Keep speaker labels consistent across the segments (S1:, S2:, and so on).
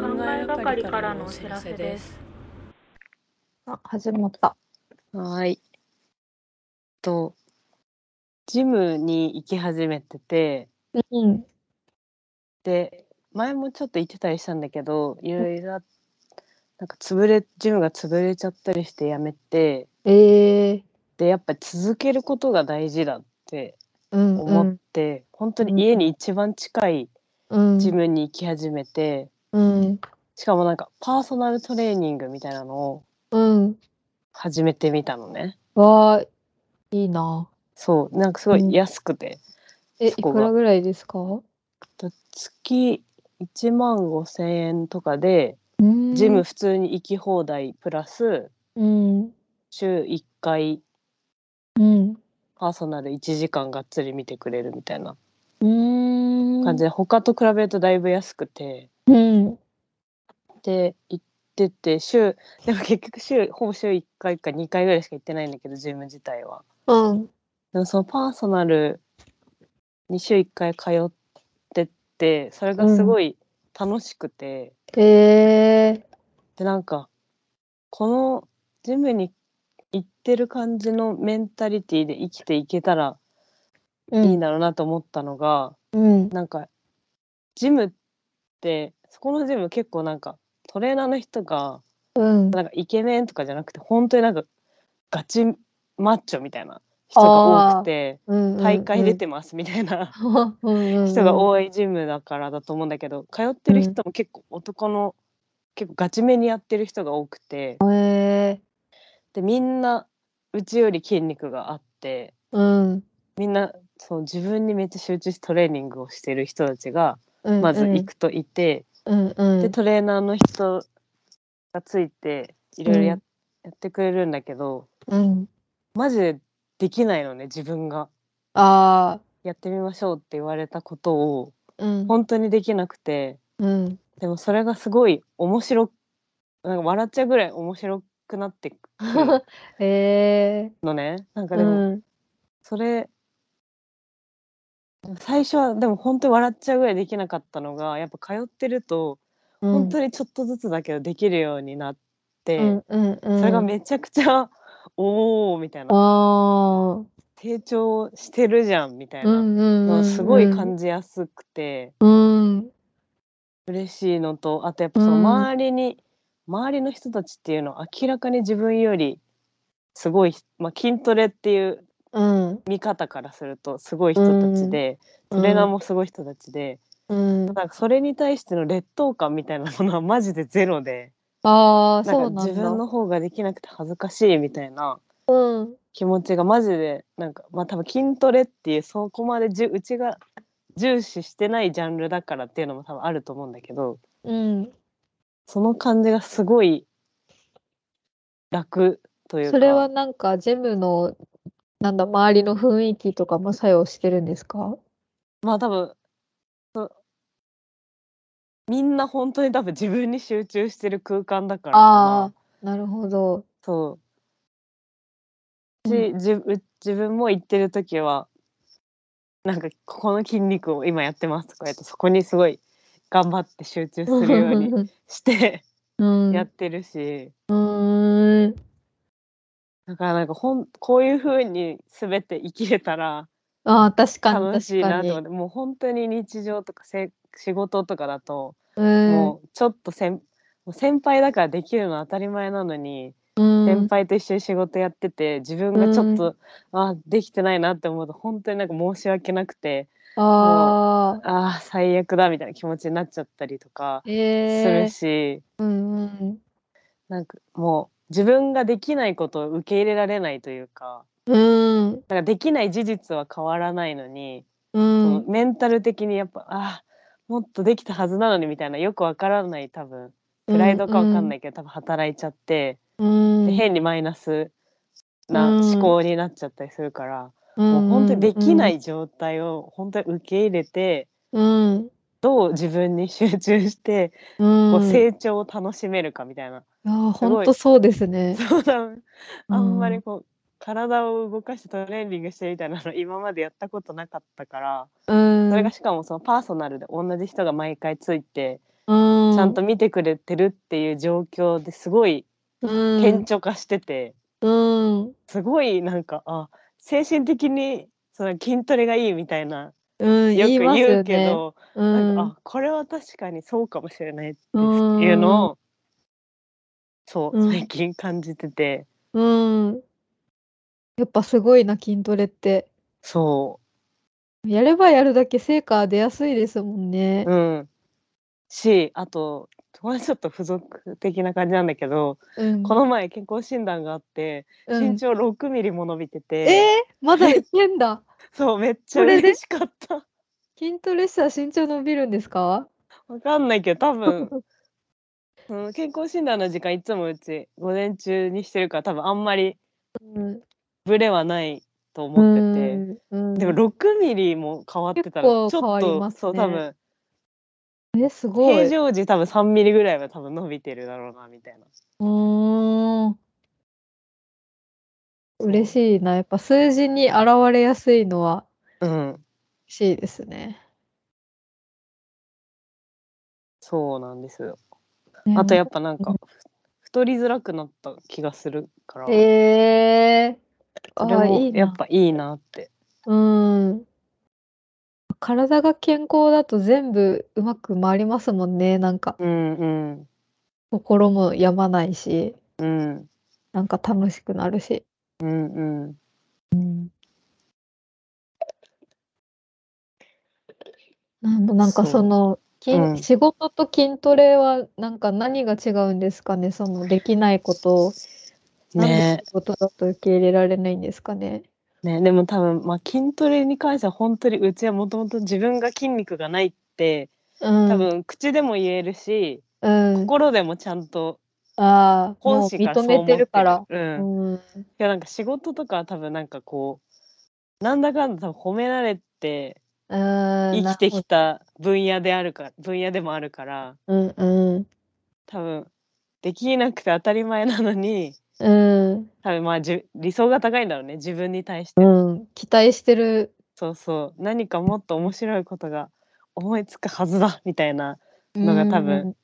S1: 係からのお知らせです。
S2: あ、始まった。
S3: はーい。と、ジムに行き始めてて、
S2: うん。
S3: で、前もちょっと行ってたりしたんだけど、いろいろあ、なんか潰れ、ジムが潰れちゃったりしてやめて、
S2: ええ
S3: で、やっぱ続けることが大事だって
S2: うん、う
S3: 思っ
S2: ん。
S3: て、本当
S2: うん
S3: に家に一番近い
S2: うん。
S3: ジムに行き始めて、
S2: うん。
S3: しかもなんかパーソナルトレーニングみたいなのを
S2: うん。
S3: 始めてみたのね。
S2: わあ、いいな。
S3: そう、なんかすご
S2: うん
S3: い安くて、
S2: え、い
S3: そこ
S2: く
S3: が
S2: らぐらいですかう
S3: 月1万5,000円とかで
S2: ーん
S3: ジム。普通に行き放題プラス
S2: うん。
S3: 週1回
S2: うん。
S3: パーソナル1時間がっつり見てくれるみたいな
S2: うーん。
S3: 感じで、他と比べるとだいぶ安くて
S2: うん。
S3: で行ってて週でも結局週ほぼ週1回か2回ぐらいしか行ってないんだけどジム自体は。
S2: うん。
S3: でもそのパーソナルに週1回通ってってそれがすごい楽しくて。
S2: ええ
S3: でなんかこのジムに行ってる感じのメンタリティで生きていけたら
S2: う
S3: い
S2: ん。
S3: いだろうなと思ったのが、
S2: うん。
S3: なんかジムってそこのジム結構なんかトレーナーの人が
S2: うん。
S3: なんかイケメンとかじゃなくて本当になんかガチマッチョみたいな人が多くて
S2: うん。
S3: 大会出てますみたいな
S2: うん。
S3: 人が多いジムだからだと思うんだけど通ってる人も結構男の結構ガチめにやってる人が多くて。
S2: い。ええ
S3: でみんなうちより筋肉があって
S2: うん。
S3: みんなそう自分にめっちゃ集中してトレーニングをしてる人たちが
S2: うん。
S3: まず行。くといて、
S2: うん。うん。
S3: でトレーナーの人がついていろいろや,、
S2: うん
S3: やってくれるんだけど
S2: うん。
S3: マジでできないのね自分が。
S2: あ
S3: やってみましょうって言われたことを
S2: あ。うん。
S3: 本当にできなくて
S2: うん。
S3: でもそれがすごい面白なんか笑っちゃうぐらい面白くなってくる
S2: ええ
S3: のね。なんか
S2: う
S3: でも、
S2: ん。
S3: それ最初はでも本当に笑っちゃうぐらいできなかったのがやっぱ通ってると本当にちょっとずつだけどできるようになって、
S2: うんうんうん、
S3: それが
S2: っち
S3: めちゃくちゃ 「おお」みたい
S2: ゃ
S3: な
S2: あ
S3: 成長してるじゃんみたい
S2: ーう
S3: な、
S2: んうんうんうん、
S3: すごい感じやすくて
S2: うん
S3: 嬉しいのとあとやっぱその
S2: うん
S3: 周りに、周りの人たちっていうのは明らかに自分よりすごい、まあ、筋トレっていう
S2: うん
S3: 見方からするとすごい人たちで、トレーナーもすごい人たちで。
S2: うん
S3: なんかそれに対しての劣等感みたいなものはマジでゼロで
S2: ああ
S3: な
S2: そうん
S3: か
S2: なんだ
S3: 自分の方ができなくて恥ずかしいみたいな
S2: うん
S3: 気持ちがマジでなんかまあ多分筋トレっていうそこまでじゅうちが重視してないジャンルだからっていうのも多分あると思うんだけど
S2: うん
S3: その感じがすごい楽というか
S2: それはなんかジムのなんだ周りの雰囲気とかも作用してるんですか
S3: まあ多分そうみんな本当に多分自分に集中してる空間だからかな
S2: ああなるほど
S3: そう。し、じう自分も行ってる時はなんかここの筋肉を今やってますとかやってそこにすごい頑張って集中するよ うにして
S2: うん
S3: やってるし、
S2: うーん
S3: だからなんかほんこういう風に全て生きれたら
S2: ああ確かに
S3: 楽しい
S2: 確
S3: な
S2: かに
S3: と思ってもう本当に日常とかせ仕事とかだと、
S2: うん
S3: もうちょっと先もう先輩だからできるのは当たり前なのに、
S2: うん
S3: 先輩と一緒に仕事やってて自分がちょっと、あできてないなって思うと本当になんか申し訳なくて
S2: ああ
S3: あー最悪だみたいな気持ちになっちゃったりとか
S2: え
S3: す
S2: えー、
S3: るし、
S2: うんうん
S3: なんかもう自分ができないことを受け入れられないというか
S2: うん
S3: なんかできない事実は変わらないのに、
S2: う
S3: そ
S2: ん。
S3: のメンタル的にやっぱあーもっとできたはずなのにみたいなよくわからない多分プライドかわかんないいけど、多分働いちゃって、
S2: うん
S3: で変にマイナスな思考になっちゃったりするから。もう本当にできな。い状態を本当に受け入れて、
S2: うん
S3: どう自分に集中して、
S2: うん。
S3: こ
S2: う。
S3: うん
S2: い
S3: 成長を楽しめるかみたいな、
S2: やー
S3: すごい
S2: 本当そうですね。
S3: そうだあんまりこう体を動かしてトレーニングしてみたいなの今までやったことなかったから、
S2: うん。
S3: それがしかもそのパーソナルで同じ人が毎回ついて、
S2: うん
S3: ちゃんと見てくれてるっていう状況ですごい
S2: うん
S3: 顕著化してて、
S2: うん
S3: すごいなんかあ精神的にその筋トレがいいみたいな
S2: うん
S3: よく
S2: 言います
S3: 言
S2: よ
S3: うけ
S2: ね。
S3: ど、
S2: う
S3: なん
S2: ん
S3: かあこれは確かにそうかもしれないって
S2: うん
S3: いうのを、そううん最近感じてて、
S2: うんやっぱすごいな筋トレって
S3: そ
S2: やればやるだけ成果出やすいですもんね
S3: う、う。ん、しあとこれはちょっと付属的な感じなんだけど、
S2: うん
S3: この前健康診断があって
S2: うん
S3: 身長6ミリも伸びてて、
S2: えー、まだいけんだ。
S3: そうめっちゃ
S2: それで
S3: 嬉しかった。
S2: 筋トレしたら身長伸びるんですか？
S3: わかんないけど多 分その健康診断の時間いつもうち午前中にしてるから多分あんまり
S2: うん。
S3: ブレはないと思ってて、
S2: うん。
S3: でも6ミリも変わってたらちょっ
S2: 結構
S3: と
S2: 変わりますね
S3: そう多分
S2: えすごい。
S3: 平
S2: う
S3: 常時多分3ミリぐらいは多分伸びてるだろうなみたいな。
S2: ーん。嬉しいな。やっぱ数字に現れやすいのは
S3: うん、
S2: 嬉しいですね。
S3: そうなんですよ。
S2: ね
S3: あとやっぱなんか
S2: う
S3: 太りづらくなった気がするから、
S2: えー、
S3: そ
S2: あ
S3: れ
S2: ーい
S3: も
S2: いな
S3: やっぱいいなって。
S2: うん。体が健康だと全部うまく回りますもんね。なんか
S3: うんうん
S2: 心も病まないし、
S3: うん
S2: なんか楽しくなるし。
S3: うんうん。
S2: なんだなんか
S3: そう
S2: その筋
S3: うん
S2: 仕事と筋トレはなんか何が違うんですかねそのできないことをなん
S3: ね
S2: で仕事だと受け入れられないんですかね。
S3: ね、でも多分、まあ、筋トレに関しては本当にうちはもともと自分が筋肉がないって
S2: うん、
S3: 多分口でも言えるし、
S2: うん、
S3: 心でもちゃんと
S2: ああも
S3: 本
S2: う
S3: 心
S2: 認
S3: からそう思
S2: め
S3: って
S2: て
S3: る
S2: るから。
S3: う
S2: う
S3: んい
S2: ん、
S3: やなんか仕事とかは多分なんかこうなんだかんだ多分褒められて
S2: 生
S3: 生きてきた分野であるか分野でもあるから
S2: うんうん
S3: 多分できなくて当たり前なのに
S2: うん
S3: 多分まあじゅ理想が高いんだろうね自分に対して。
S2: うん期待してる
S3: そうそう何かもっと面白いことが思いつくはずだみたいなのが多分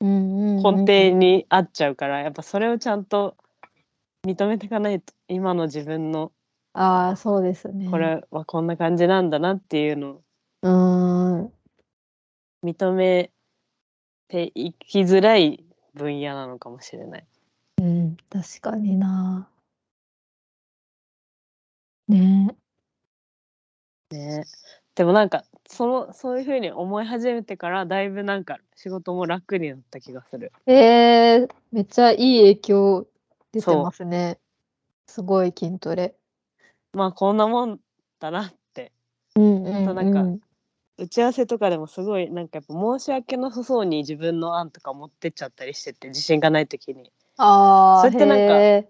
S2: うんうんうん
S3: 根底にあっちゃうから、やっぱそれをちゃんと認めていかないと今の自分の
S2: ああそうですね。
S3: これはこんな感じなんだなっていうのを
S2: うん
S3: 認めていきづらい分野なのかもしれない。
S2: うん、確かにな。ねえ。
S3: ね、でもなんかそのそういうふうに思い始めてからだいぶなんか仕事も楽になった気がする。
S2: えー、めっちゃいい影響出て
S3: そう
S2: ますね。すごい筋トレ。
S3: まあこんなもんだなって
S2: うんう
S3: となんか打ち合わせとかでもすごいなんかやっぱ申し訳なさそうに自分の案とか持ってっちゃったりしてて自信がない時に
S2: ああ、
S3: それってなんか
S2: へ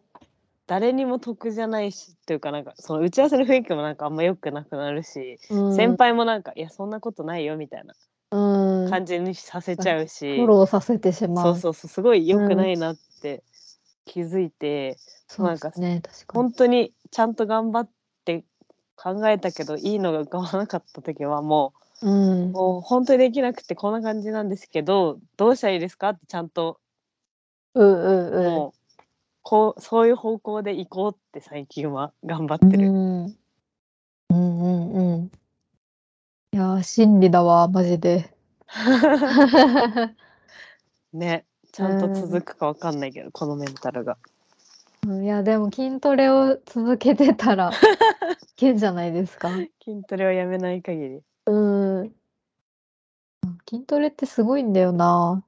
S3: 誰にも得じゃないしっていうかなんかその打ち合わせの雰囲気もなんかあんま良くなくなるし、
S2: ーうん
S3: 先輩もなんかいやそんなことないよみたいな
S2: うん、
S3: 感じにさせちゃうし、
S2: フォローさせてしま。
S3: そううそうそうすごい良くないなって気づいて、
S2: そう
S3: なん
S2: で
S3: か
S2: すね、確かに。
S3: 本当にちゃんと頑張って考えたけどいいのが浮かばなかった時はもう
S2: うん、
S3: もう本当にできなくてこんな感じなんですけどどうしたらいいですかってちゃんと
S2: うんうんうん。
S3: もうこうそういう方向で行こうって最近は頑張って
S2: う
S3: る。
S2: ん、うんうんうん。いやー、真理だわ、マジ で。
S3: ねちゃんと続くかわかんないけどこのメンタル
S2: う
S3: が。
S2: んいやでも筋トレを続けてた らいけんじゃないですか。
S3: 筋トレをやめない限り
S2: うん。筋トレってすごいんだよな。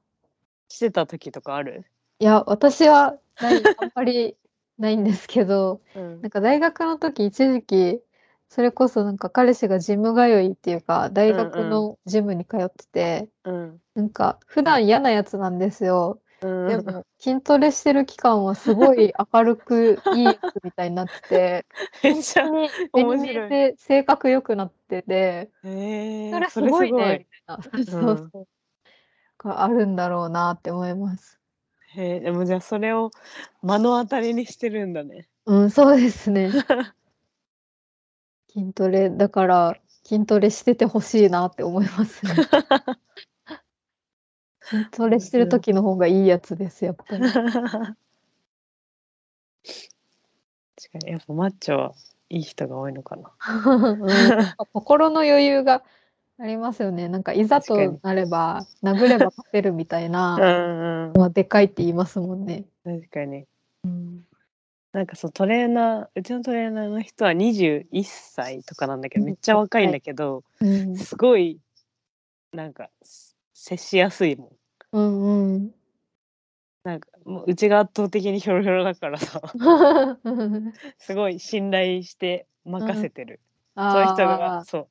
S3: してた時とかある、
S2: いや私はないあんまりないんですけど
S3: うん
S2: なんか大学の時一時期それこそなんか彼氏がジム通いっていうか大学のジムに通ってて、
S3: うん
S2: なんか普段嫌なやつなんですよ。
S3: うん、
S2: でも筋トレしてる期間はすごい明るくいいやつみたいになってて。
S3: め っちゃ
S2: 本当に目
S3: 面
S2: に見
S3: 白い
S2: えて性格良くなってて、
S3: えー
S2: それす
S3: それす
S2: ご
S3: ごい
S2: いねみたいな、
S3: う
S2: そ
S3: ん
S2: うそうがあるんだろうなって思います。
S3: へーでもじゃあそれを目の当たりにしてるんだね。
S2: うん、そうですね。筋トレだ から筋トレしててほしいなって思いますね。それしてる時の方がいいやつです、やっぱり。
S3: 確かにやっぱマッチョはいい人が多いのかな。
S2: うん 心の余裕がありますよね。なんかいざ
S3: 確かに
S2: となれば殴れば勝てるみたいな
S3: うんうん
S2: のはでかいって言いますもんね。
S3: 確かに。
S2: うん、
S3: なんかそのトレーナーうちのトレーナーの人は21歳とかなんだけどめっちゃ若いんだけど、
S2: うん、
S3: すごいなんかす接しやすいもん。
S2: うん、うん。
S3: なんかもううちが圧倒的にひょろひょろだからさ すごい信頼して任せてる、その人が
S2: あー
S3: そう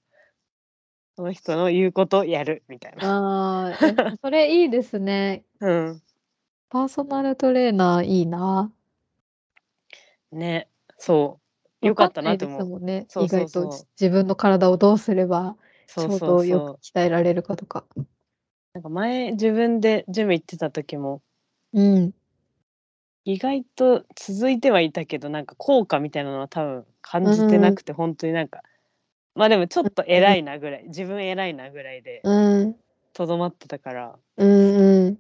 S3: その人の言うことやるみたいな、
S2: あー、えそれいいですね。
S3: うん、
S2: パーソナルトレーナーいいな。
S3: ねそうよかったなって
S2: わ
S3: 思
S2: か
S3: う
S2: んないです
S3: そ
S2: もんね。意
S3: うそう
S2: 外
S3: そう
S2: と自分の体をどうすればち
S3: そ
S2: ょ
S3: う
S2: う
S3: そ
S2: ど
S3: うそう
S2: よく鍛えられるかとか。
S3: なんか前自分でジム行ってた時も
S2: うん。
S3: 意外と続いてはいたけどなんか効果みたいなのは多分感じてなくて、本当になんかまあでもちょっと偉いなぐらい自分偉いなぐらいで
S2: うん。
S3: とどまってたから
S2: うんうん。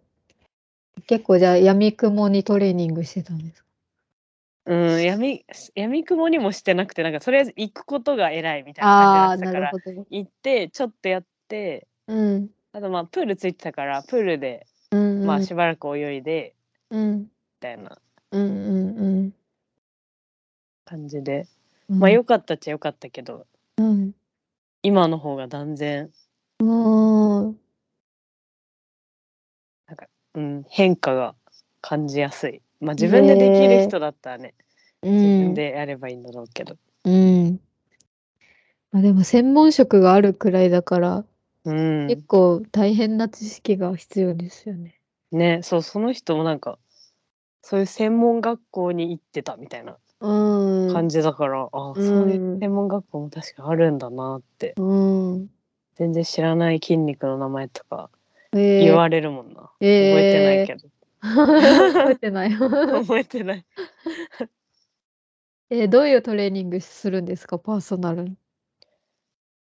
S2: 結構じゃあ、やみくもにトレーニングしてたんですか
S3: うん闇闇雲にもしてなくてなんかとりあえず行くことが偉いみたい
S2: あ
S3: な
S2: あー、
S3: 感じだ
S2: な
S3: ったか
S2: る
S3: ら
S2: ほど。
S3: 行ってちょっとやって
S2: うん。
S3: あとまあプールついてたからプールで
S2: うんうん。
S3: まあしばらく泳いで
S2: うん。
S3: みたいな
S2: うんうんうん
S3: 感じで、
S2: うん。
S3: まあ良かったっちゃ良かったけど
S2: うん。
S3: 今の方が断然、
S2: うん。
S3: うん、変化が感じやすいまあ自分でできる人だったらね
S2: う
S3: 自分
S2: ん。
S3: でやればいいんだろうけど
S2: うん。まあでも専門職があるくらいだから、
S3: うん
S2: 結構大変な知識が必要ですよね。
S3: ねそうその人もなんかそういう専門学校に行ってたみたいな
S2: うん。
S3: 感じだから、あそういううん専門学校も確かあるんだなって
S2: うん。
S3: 全然知らない筋肉の名前とか
S2: え
S3: 言
S2: ー
S3: われるもんな、
S2: え
S3: 覚えてないけ
S2: ー覚えてない。
S3: ど 覚えてない
S2: えーどういうトレーニングするんですか、パーソナルに。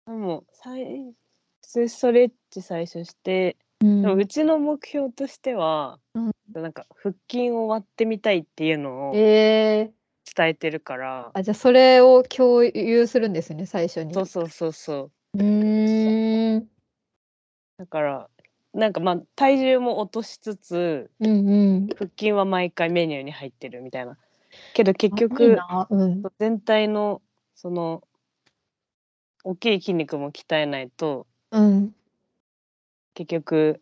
S3: でも最普通ストレッチ最初して、
S2: うん
S3: でもうちの目標としては、
S2: うん
S3: なんか腹筋を割ってみたいっていうのを
S2: えー
S3: 伝えてるから、
S2: あ、じゃあそれを共有するんですね、最初に。
S3: そうそうそうそ
S2: う
S3: う
S2: ーん。
S3: だからなんかまあ体重も落としつつ
S2: うんうん。
S3: 腹筋は毎回メニューに入ってるみたいなけど結
S2: いい
S3: 局
S2: なうん。
S3: 全体のその大きい筋肉も鍛えないと
S2: うん。
S3: 結局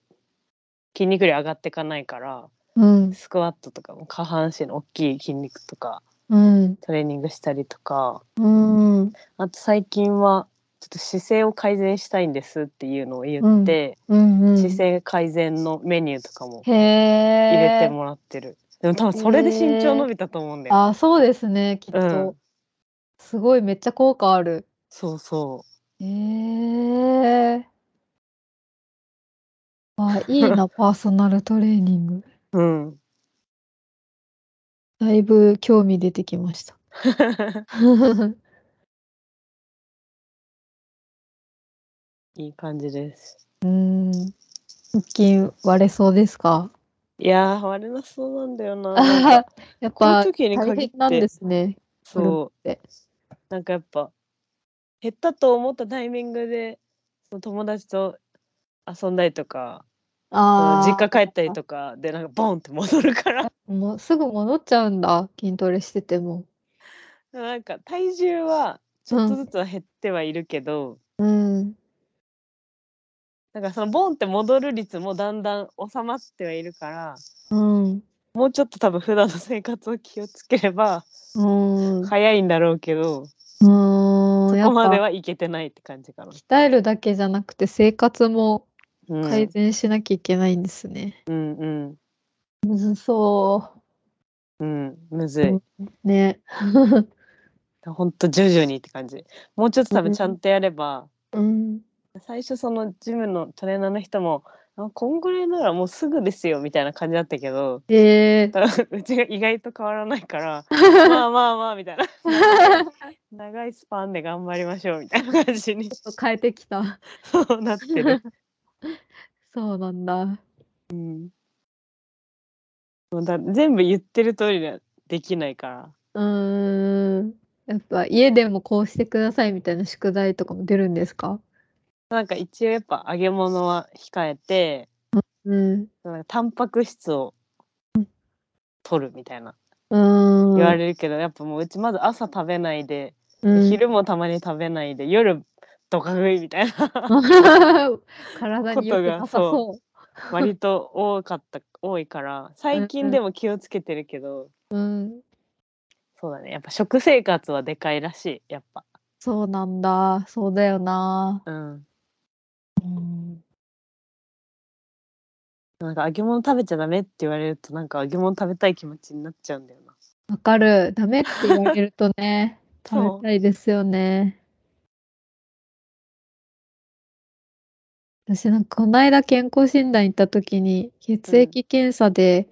S3: 筋肉量上がっていかないから
S2: うん。
S3: スクワットとかも下半身の大きい筋肉とか
S2: うん。
S3: トレーニングしたりとか
S2: うん。
S3: あと最近はちょっと姿勢を改善したいんですっていうのを言って、
S2: うんうん。
S3: 姿勢改善のメニューとかも
S2: へ
S3: 入れて
S2: え。
S3: もらってる、でも多分それで身長伸びたと思うんだよ、
S2: あ、そうですね、きっ
S3: うん
S2: と。すごい、めっちゃ効果ある。
S3: そうそ
S2: ええ。あ、いい な、パーソナルトレーニング。
S3: ううん
S2: だいぶ興味出てきま した。
S3: いい感じです
S2: うん。腹筋割れそうですか
S3: いやー割れなそうなんだよななん
S2: あ
S3: か
S2: やっ
S3: この
S2: ぱ
S3: 時に
S2: 大
S3: 限っ
S2: 変
S3: て
S2: なんですね。
S3: そう
S2: で
S3: なんかやっぱ減ったと思ったタイミングでその友達と遊んだりとか
S2: ああ、
S3: 実家帰ったりとかでなんかボンって戻るから
S2: もうすぐ戻っちゃうんだ、筋トレしてても。
S3: なんか体重はちょっとずつは減ってはいるけど、
S2: うん。
S3: なんかそのボンって戻る率もだんだん収まってはいるから
S2: うん。
S3: もうちょっと多分普段の生活を気をつければ
S2: うん。う
S3: 早いんだろうけど
S2: ーん。
S3: そ
S2: や
S3: こ
S2: っ
S3: まで
S2: ぱ
S3: はいけてないって感じかな。
S2: 鍛えるだけじゃなくて生活も
S3: うん、
S2: 改善しなきゃいけないんですね。
S3: うんうん
S2: むずそ
S3: うんむずい。
S2: う。ね。
S3: ほんと徐々にって感じ。もうちょっと多分ちゃんとやれば、
S2: うん。
S3: 最初そのジムのトレーナーの人もあこんぐらいならもうすぐですよみたいな感じだったけど
S2: ええ
S3: 多分うちが意外と変わらないから まあまあまあみた いな長いスパンで頑張りましょうみたいな感じに
S2: ちょっと変えてきた。
S3: そうなってる。
S2: そうなんだ。
S3: うん。もうだ全部言ってる通りにはできないから。
S2: うーん。やっぱ家でもこうしてくださいみたいな宿題とかも出るんですか
S3: なんか一応やっぱ揚げ物は控えて、
S2: うん。
S3: なんかタンパク質を取るみたいな
S2: うーん。
S3: 言われるけど、やっぱもううちまず朝食べないで、
S2: うん
S3: 昼もたまに食べないで夜ドカ食いみ たいな
S2: 体に良くな さそ
S3: 割と多かった多いから最近でも気をつけてるけど、
S2: う。うん。
S3: そうだねやっぱ食生活はでかいらしいやっぱ
S2: そうなんだ。そうだよな。
S3: うん
S2: うん。
S3: なんか揚げ物食べちゃダメって言われるとなんか揚げ物食べたい気持ちになっちゃうんだよな
S2: わかる。ダメって言われるとね、
S3: そう
S2: 食べたいですよね。私なんかこの間健康診断行った時に血液検査で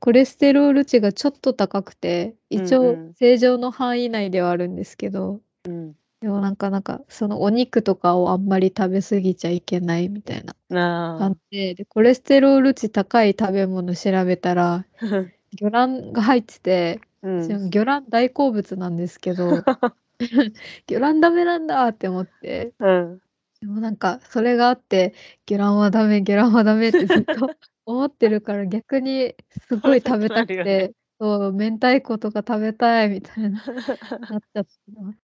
S2: コレステロール値がちょっと高くて一
S3: うんう
S2: 応
S3: ん
S2: 正常の範囲内ではあるんですけど
S3: うん
S2: でもなんかなんかそのお肉とかをあんまり食べ過ぎちゃいけないみたいな
S3: な
S2: 感じででコレステロール値高い食べ物調べた ら
S3: あ
S2: 魚卵が入ってて
S3: う
S2: 私も
S3: ん
S2: 魚卵大好物なんですけど 魚卵ダメなんだって思って
S3: うん
S2: でもなんかそれがあって魚卵はダメ魚卵はダメってずっ と思ってるから逆にすごい食べ たく
S3: な
S2: て、
S3: るよ
S2: そう明太子とか食べたいみたいななっちゃってます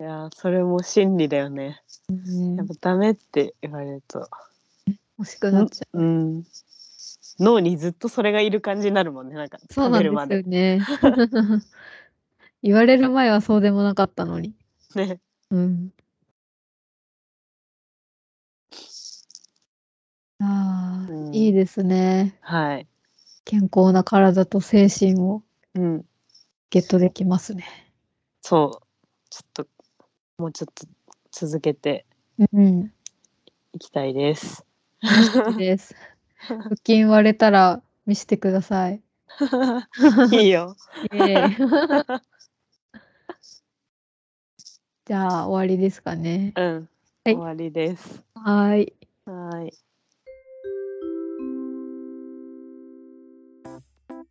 S3: いやーそれも真理だよね
S2: うん
S3: やっぱダメって言われると
S2: 欲しくなっちゃ
S3: うん脳にずっとそれがいる感じになるもんねなんか
S2: うそう
S3: 食
S2: な
S3: べるま
S2: んで
S3: で
S2: すよね 言われる前はそうでもなかったのに
S3: ね
S2: うんああ、
S3: うん
S2: いいですね。
S3: はい
S2: 健康な体と精神を
S3: うん
S2: ゲットできますね。
S3: そうちょっともうちょっと続けて
S2: うん。
S3: いきたい です。
S2: です。腹筋割れたら見せてください。
S3: いいよ。
S2: イエーイ じゃあ終わりですかね。
S3: うん、
S2: はい
S3: 終わりです。
S2: はーい。
S3: はい。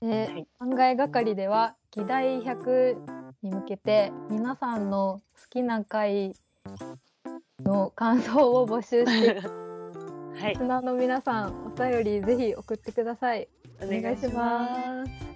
S2: で
S3: はい
S2: 考え係では議題100に向けて皆さんの好きな回の感想を募集して
S3: はい。
S2: リスナーの皆さんお便りぜひ送ってください。お願いします